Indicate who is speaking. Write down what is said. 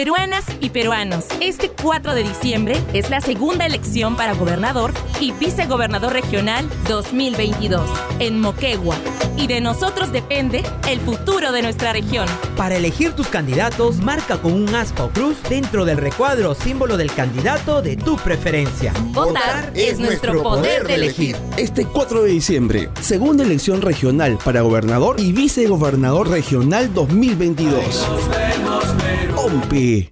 Speaker 1: Peruanas y peruanos, este 4 de diciembre es la segunda elección para gobernador y vicegobernador regional 2022 en Moquegua. Y de nosotros depende el futuro de nuestra región.
Speaker 2: Para elegir tus candidatos, marca con un aspa o cruz dentro del recuadro símbolo del candidato de tu preferencia.
Speaker 1: Votar es nuestro poder de elegir.
Speaker 3: Este 4 de diciembre, segunda elección regional para gobernador y vicegobernador regional 2022. OMPI.